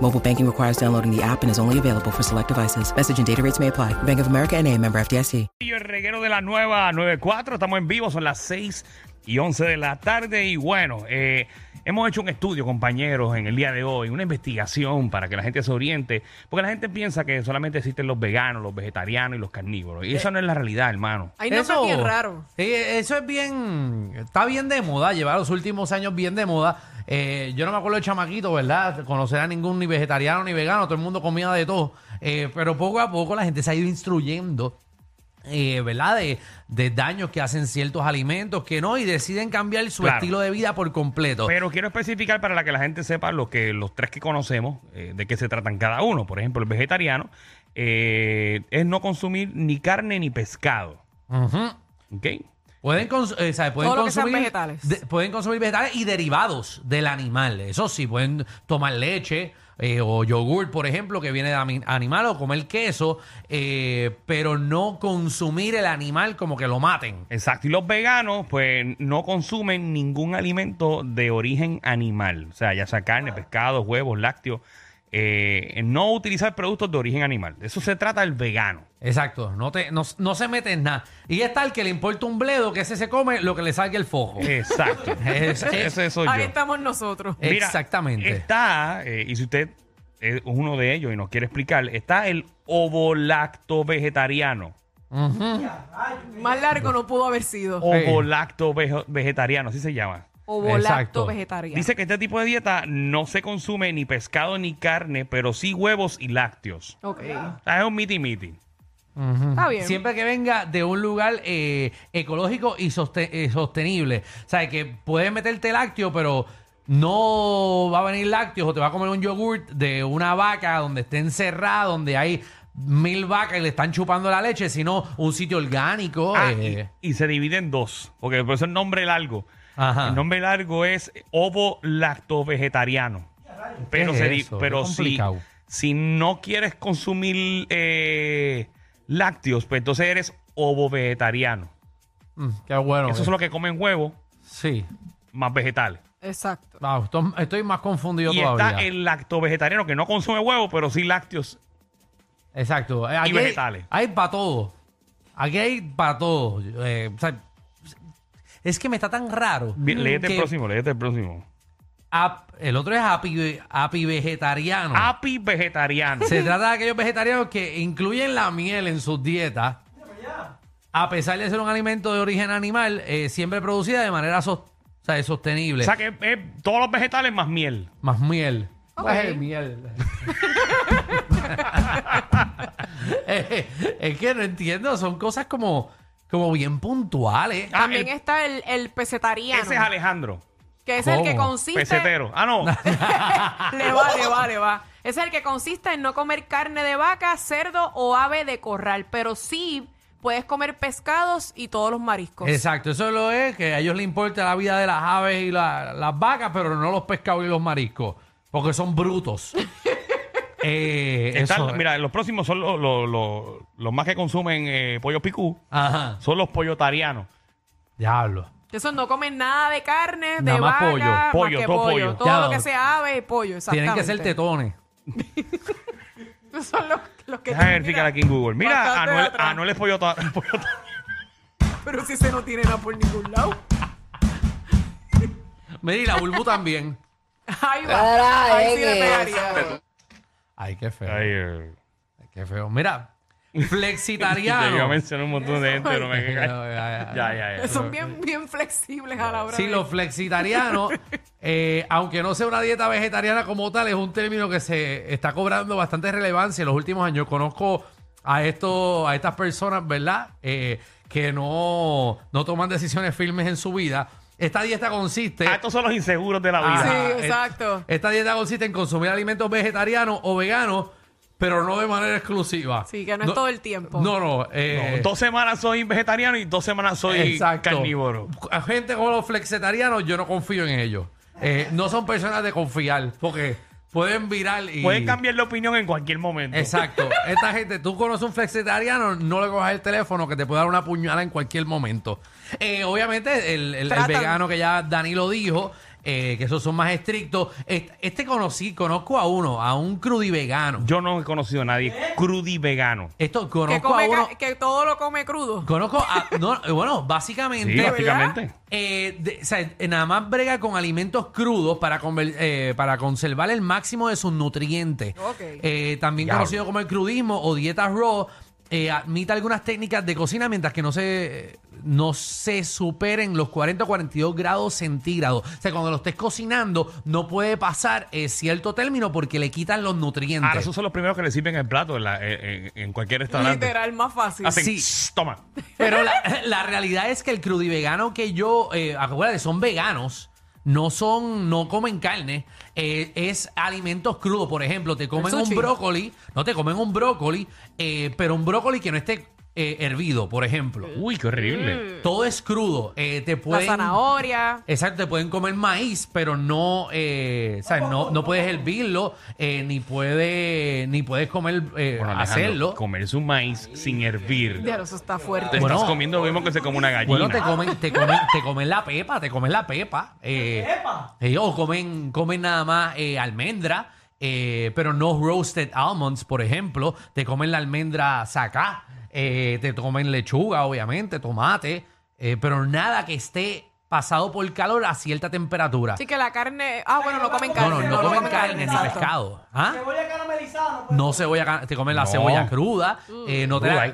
Mobile banking requires downloading the app and is only available for select devices. Message and data rates may apply. Bank of America and a member FDIC. Y El reguero de la nueva 94, estamos en vivo, son las 6 y 11 de la tarde y bueno, eh, hemos hecho un estudio, compañeros, en el día de hoy, una investigación para que la gente se oriente, porque la gente piensa que solamente existen los veganos, los vegetarianos y los carnívoros, y eso no es la realidad, hermano. Hay nombres bien raros. sí, eso es bien. Está bien de moda, lleva los últimos años bien de moda. Eh, yo no me acuerdo de chamaquito, ¿verdad? Conocer a ningún ni vegetariano ni vegano, todo el mundo comía de todo. Eh, pero poco a poco la gente se ha ido instruyendo, eh, ¿verdad? De, de daños que hacen ciertos alimentos que no y deciden cambiar su Claro. estilo de vida por completo. Pero quiero especificar para la que la gente sepa lo que los tres que conocemos, eh, de qué se tratan cada uno. Por ejemplo, el vegetariano eh, es no consumir ni carne ni pescado, Ujú. ¿ok? Pueden, cons- eh, o sea, pueden Todo lo que sean consumir vegetales. de- pueden consumir vegetales y derivados del animal. Eso sí, pueden tomar leche eh, o yogur, por ejemplo, que viene de ami- animal o comer queso, eh, pero no consumir el animal como que lo maten. Exacto. Y los veganos, pues, no consumen ningún alimento de origen animal. O sea, ya sea carne, pescado, huevos, lácteos. Eh, no utilizar productos de origen animal. De eso se trata el vegano. Exacto, no, te, no, no se meten nada. Y es tal que le importa un bledo que ese se come lo que le salga el fojo. Eh, Exacto. Es- Ese- ese soy Ahí yo. Eh, estamos nosotros. Mira, Exactamente. Está, eh, y si usted es uno de ellos y nos quiere explicar, está el ovolacto vegetariano. Más largo no pudo haber sido. Oh, Ovolacto veje- vegetariano, así se llama. O volacto Exacto. vegetariano. Dice que este tipo de dieta no se consume ni pescado ni carne, pero sí huevos y lácteos. Ok. O sea, Ah, es un miti miti. Está bien. Siempre que venga de un lugar eh, ecológico y soste- eh, sostenible. O sea, que puedes meterte lácteo, pero no va a venir lácteos o te va a comer un yogurt de una vaca donde esté encerrada, donde hay mil vacas y le están chupando la leche, sino un sitio orgánico. Ah, eh, y, y se divide en dos, porque por eso el nombre largo. Ajá. El nombre largo es ovo vegetariano. Pero, es se di- eso? pero Qué si, complicado. si no quieres consumir eh, lácteos, pues entonces eres ovo vegetariano. mm, qué bueno. Eso es lo que comen huevos Sí. más vegetales. Exacto. Wow, esto- estoy más confundido y todavía. está el lacto vegetariano que no consume huevos, pero sí lácteos. Exacto. Eh, aquí hay- vegetales. Hay para todo. Aquí hay para todo. Eh, o sea, es que me está tan raro. Bien, léete el Mm, que próximo, léete el próximo. ap- el otro es api, api vegetariano. Api vegetariano. Se trata de aquellos vegetarianos que incluyen la miel en sus dietas. A pesar de ser un alimento de origen animal, eh, siempre producida de manera sos- o sea, O sostenible. sea que es todos los vegetales más miel. Más miel. Ok. miel. Eh, es que no entiendo, son cosas como, como bien puntuales. Ah, También el- está el, el pesetariano. Ese es Alejandro, que es el que ¿Cómo? consiste. pesetero. Ah, no. Le va, le va, le va. Es el que consiste en no comer carne de vaca, cerdo o ave de corral. Pero sí puedes comer pescados y todos los mariscos. Exacto, eso lo es, que a ellos les importa la vida de las aves y la- las vacas, pero no los pescados y los mariscos, porque son brutos. Eh, Están- eso- mira, los próximos son los, los- los- los más que consumen eh, pollo picú, Ajá, son los pollotarianos. diablo. Esos no comen nada de carne, Nada de más vaca, pollo, más pollo, que todo pollo. pollo. Todo Ya. lo que sea ave, pollo. Tienen que ser exactamente. tetones. Esos son los, los que... Déjame terminan verificar aquí en Google. Mira, bastante Anuel, atrás. Anuel es pollota- pollota- Pero si se no tiene nada por ningún lado. Mira, y la bulbu también. Ahí va. Ahí sí le Era, pegaría. Ay, qué feo. Ay, eh. Qué feo. Mira, Yo iba a Flexitariano. mencionar un montón de gente, pero me Ya, ya, Ya, ya, ya. Son bien, bien flexibles a la hora Sí, de... los flexitarianos, eh, aunque no sea una dieta vegetariana como tal, es un término que se está cobrando bastante relevancia en los últimos años. Conozco a estos, a estas personas, ¿verdad? Eh, que no, no toman decisiones firmes en su vida. Esta dieta consiste. Ah, estos son los inseguros de la Ajá, vida. Sí, exacto. et- Esta dieta consiste en consumir alimentos vegetarianos o veganos, pero no de manera exclusiva. Sí, que no es todo el tiempo. No, no. eh, No, dos semanas soy vegetariano y dos semanas soy Exacto. carnívoro. A gente como los flexetarianos, yo no confío en ellos. Eh, no son personas de confiar, porque pueden virar y. Pueden cambiar de opinión en cualquier momento. Exacto. Esta gente, tú conoces un flexitariano, no le cojas el teléfono que te puede dar una puñalada en cualquier momento. Eh, obviamente, el, el- el Tratan. vegano que ya Danilo dijo, eh, que esos son más estrictos. Este, este conocí, conozco a uno, a un crudivegano. Yo no he conocido a nadie crudi vegano. Esto que, conozco a come uno. ca- que todo lo come crudo. Conozco a. no, bueno, básicamente. Sí, básicamente. Eh, de- o sea, eh, nada más brega con alimentos crudos para, conver- eh, para conservar el máximo de sus nutrientes. Ok. Eh, también Diablo. conocido como el crudismo o dieta raw, eh, admite algunas técnicas de cocina mientras que no se, no se superen los 40 o 42 grados centígrados. O sea, cuando lo estés cocinando no puede pasar eh, cierto término porque le quitan los nutrientes. Ahora, Ah, esos son los primeros que le sirven el plato en, la- en- en- en cualquier restaurante. Literal, más fácil. Hacen, Sí. "Shh, toma. Pero la, la realidad es que el crudivegano que yo, eh, acuérdate, son veganos, no son, no comen carne, eh, es alimentos crudos. Por ejemplo, te comen un sushi. brócoli, no te comen un brócoli, eh, pero un brócoli que no esté eh, hervido, por ejemplo. Uy, qué horrible. Todo es crudo. eh, te La pueden, zanahoria. Exacto, te pueden comer maíz, pero no, eh, o sea, no, no puedes hervirlo, eh, ni puede, ni puedes comer, eh, Bueno, Alejandro, hacerlo. Comerse un maíz sin hervir. Diablo, eso está Te fuerte. Bueno. estás comiendo lo mismo que se come una gallina. Bueno, te comen, te comen, te comen la pepa, te comen la pepa. Eh, eh, o comen, comen nada más eh, almendra, eh, pero no roasted almonds, por ejemplo. Te comen la almendra sacá, eh, te comen lechuga, obviamente, tomate, eh, pero nada que esté pasado por calor a cierta temperatura. Así que la carne... Ah, bueno, no comen No, carne. no, no comen carne ni exacto. pescado. ¿Ah? Cebolla caramelizada, no puede No cebolla, ca- te comen la No. cebolla cruda, eh, no te Uy, la- ay,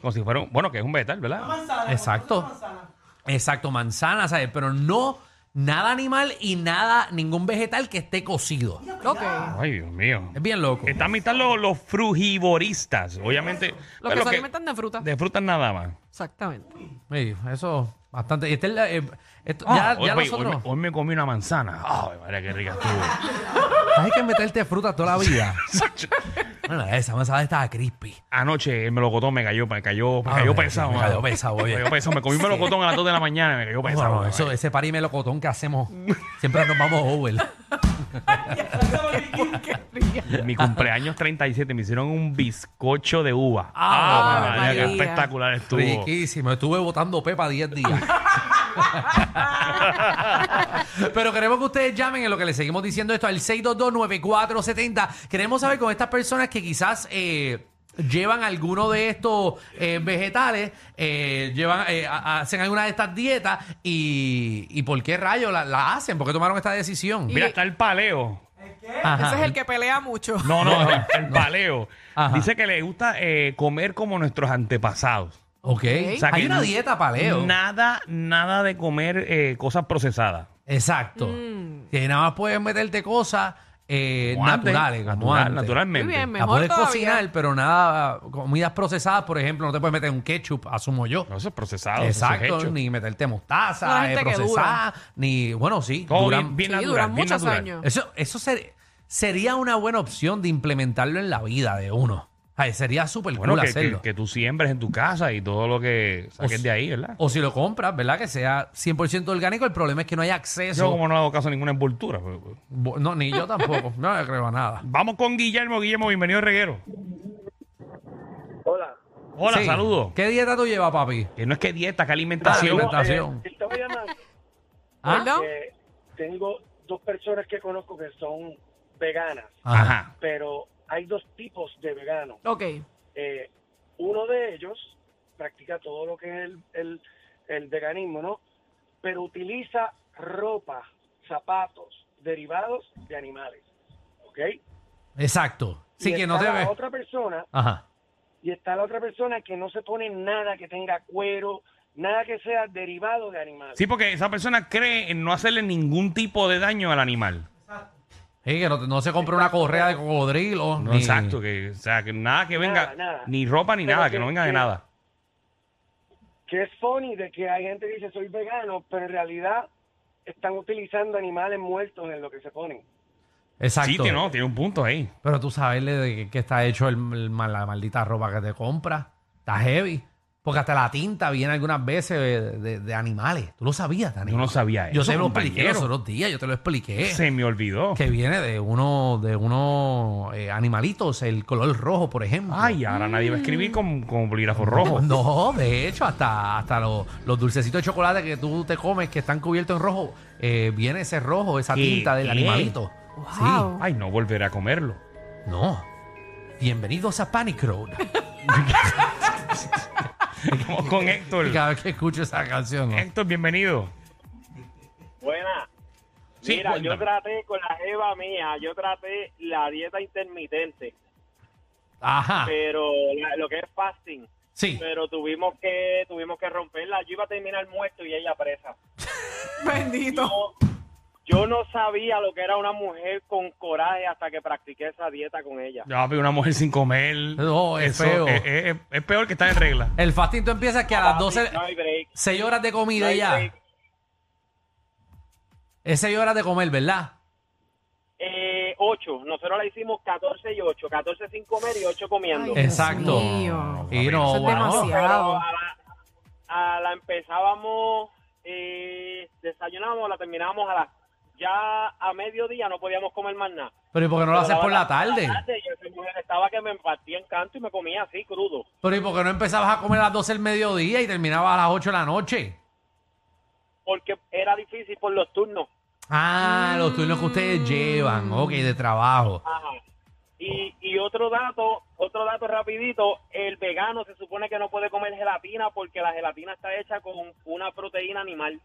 como si fuera un- bueno, que es un vegetal, ¿verdad? manzana. ¿no? Exacto. Manzana. Exacto, manzana, ¿sabes? Pero no nada animal y nada, ningún vegetal que esté cocido. Ok. Ay, Dios mío. Es bien loco. Están a mitad los, los frugivoristas, obviamente. Los pues, que se alimentan de fruta. De frutas nada más. Exactamente. Sí, eso bastante. y esta es la- eh, esto- Ah, ya hoy, ya oye, hoy, nosotros. me- hoy me comí una manzana. Ay, madre, qué rica estuvo. Hay que meterte fruta toda la vida. bueno, esa manzana estaba crispy. Anoche el melocotón me cayó, me cayó, me Ah, cayó me- pesado. me mano. cayó pesado, Me oye. cayó pesado. Me comí un melocotón a las 2 de la mañana, me cayó pesado. Bueno, eso, ese party melocotón que hacemos. Siempre nos vamos over. En Mi cumpleaños 37 me hicieron un bizcocho de uva. Ah, Ah, madre, qué María. espectacular estuvo. Riquísimo. Estuve botando pepa 10 días. Pero queremos que ustedes llamen en lo que les seguimos diciendo esto al 6229470. Queremos saber con estas personas que quizás eh, llevan alguno de estos eh, vegetales, eh, llevan, eh, a- hacen alguna de estas dietas y, y por qué rayos la, la hacen, por qué tomaron esta decisión. Mira, está el paleo. Ajá. Ese es el que pelea mucho. No, no, el, el paleo. Ajá. Dice que le gusta eh, comer como nuestros antepasados. Ok. O sea, Hay que una no- dieta paleo. Nada, nada de comer eh, cosas procesadas. Exacto. Mm. Que nada más puedes meterte cosas eh, Como antes, naturales. como Natural, antes. naturalmente. Muy bien, me- La Mejor puedes todavía. cocinar, pero nada, comidas procesadas, por ejemplo, no te puedes meter un ketchup, asumo yo. No, eso es procesado. eso es Exacto, hecho. ni meterte No, mostaza, la eh, gente que procesada, ni, bueno, sí, Todo bien, duran- bien Sí, natural. duran bien muchos natural. años. Eso, eso ser- sería una buena opción de implementarlo en la vida de uno. Ay, sería súper Bueno, cool que, que, hacerlo. que tú siembres en tu casa y todo lo que saques s- de ahí, ¿verdad? O si lo compras, ¿verdad? Que sea 100% orgánico, el problema es que no hay acceso. Yo como no hago caso a ninguna envoltura. pues, Bo- No, ni yo tampoco, no le creo a nada. Vamos con Guillermo. Guillermo, bienvenido a Reguero. Hola. Hola, Sí. saludos. ¿Qué Ah, dieta tú llevas, papi? Que no es que dieta, que alimentación. Alimentación. Eh, te voy a llamar, ¿Ah? ¿Perdón? eh, tengo dos personas que conozco que son veganas, Ajá. pero hay dos tipos de veganos. Ah. Ok. Eh, uno de ellos practica todo lo que es el, el- el veganismo, ¿no? Pero utiliza ropa, zapatos derivados de animales, ¿ok? Exacto. Sí, Y que no está te la ve. otra persona Ajá. y está la otra persona que no se pone nada que tenga cuero, nada que sea derivado de animales. Sí, porque esa persona cree en no hacerle ningún tipo de daño al animal. Sí, que no, no se compre una correa de cocodrilo. No, ni- Exacto, que, o sea, que nada que venga, Nada, nada. ni ropa ni Pero nada, que, que- no venga de que- nada. Que es funny de que hay gente que dice soy vegano, pero en realidad están utilizando animales muertos en lo que se ponen. Exacto. Sí, tiene- no, tiene un punto ahí. Pero tú sabes de qué- qué está hecho el, el- la maldita ropa que te compras. Está heavy. Porque hasta la tinta viene algunas veces de, de- de animales. Tú lo sabías, Dani. Yo no sabía Yo eso, te lo expliqué compañero. los otros días, yo te lo expliqué. Se me olvidó. Que viene de uno, de unos eh, animalitos, el color rojo, por ejemplo. Ay, ahora nadie va a escribir con, con bolígrafo rojo. No, de hecho, hasta, hasta los, los dulcecitos de chocolate que tú te comes que están cubiertos en rojo, eh, viene ese rojo, esa ¿Qué? tinta del ¿Qué? animalito. Wow. Ay, no volveré a comerlo. Sí, no. Bienvenidos a Panic Road. Vamos con Héctor. Y cada vez que escucho esa canción. ¿no? Héctor, bienvenido. Buena. Sí, Mira, yo cuéntame. traté con la jeva mía, yo traté la dieta intermitente, Ajá. pero la- lo que es fasting, Sí. pero tuvimos que tuvimos que romperla. Yo iba a terminar muerto y ella presa. Bendito. Yo, yo no sabía lo que era una mujer con coraje hasta que practiqué esa dieta con ella. Ya, pero una mujer sin comer. No, es eso feo. Es, es- es peor que estar en regla. El fasting tú empiezas que a las Papi, 12, No hay break. 6 horas de no comida hay ya. break. Es 6 horas de comer, ¿verdad? Eh, ocho. Nosotros la hicimos 14 y 8. 14 sin comer y 8 comiendo. Ay, Exacto. Dios mío. Y Eso no, es bueno. demasiado. Pero a la, a la empezábamos, eh, desayunábamos, la terminábamos a las... Ya a mediodía no podíamos comer más nada. Pero ¿y por qué no lo haces por la tarde? yo esa mujer estaba que me partía en canto y me comía así, crudo. Pero ¿y por qué no empezabas a comer a las 12 del mediodía y terminabas a las 8 de la noche? Porque era difícil por los turnos. Ah, los turnos que ustedes llevan, ok, de trabajo. Ajá. Y, y otro dato, otro dato rapidito, el vegano se supone que no puede comer gelatina porque la gelatina está hecha con una proteína animal.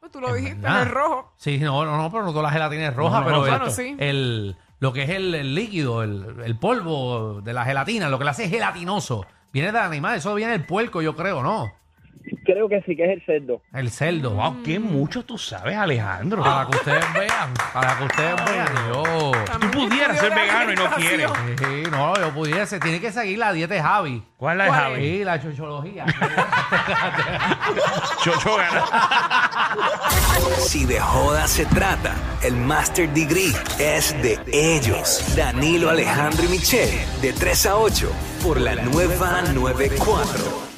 Pues Tú lo dijiste en verdad. el rojo. Sí, no, no, no, pero no toda la gelatina es No, roja, no, pero no, el, bueno, sí. el- lo que es el, el líquido, el, el polvo de la gelatina, lo que la hace es gelatinoso. Viene del animal, eso viene del puerco, yo creo, ¿no? Creo que sí que es el cerdo. El cerdo. Wow, qué mucho tú sabes, Alejandro. Para que ustedes vean, para que ustedes vean, yo. Tú También pudieras estudió ser la vegano y no alimentación. quieres. Sí, no, yo pudiese. Tiene que seguir la dieta de Javi. ¿Cuál es la de ¿Cuál Javi? Sí, la chochología. Chocho gana. Si de joda se trata, el Master Degree es de ellos. Danilo Alejandro y Michelle, de 3 a 8, por la nueva 94.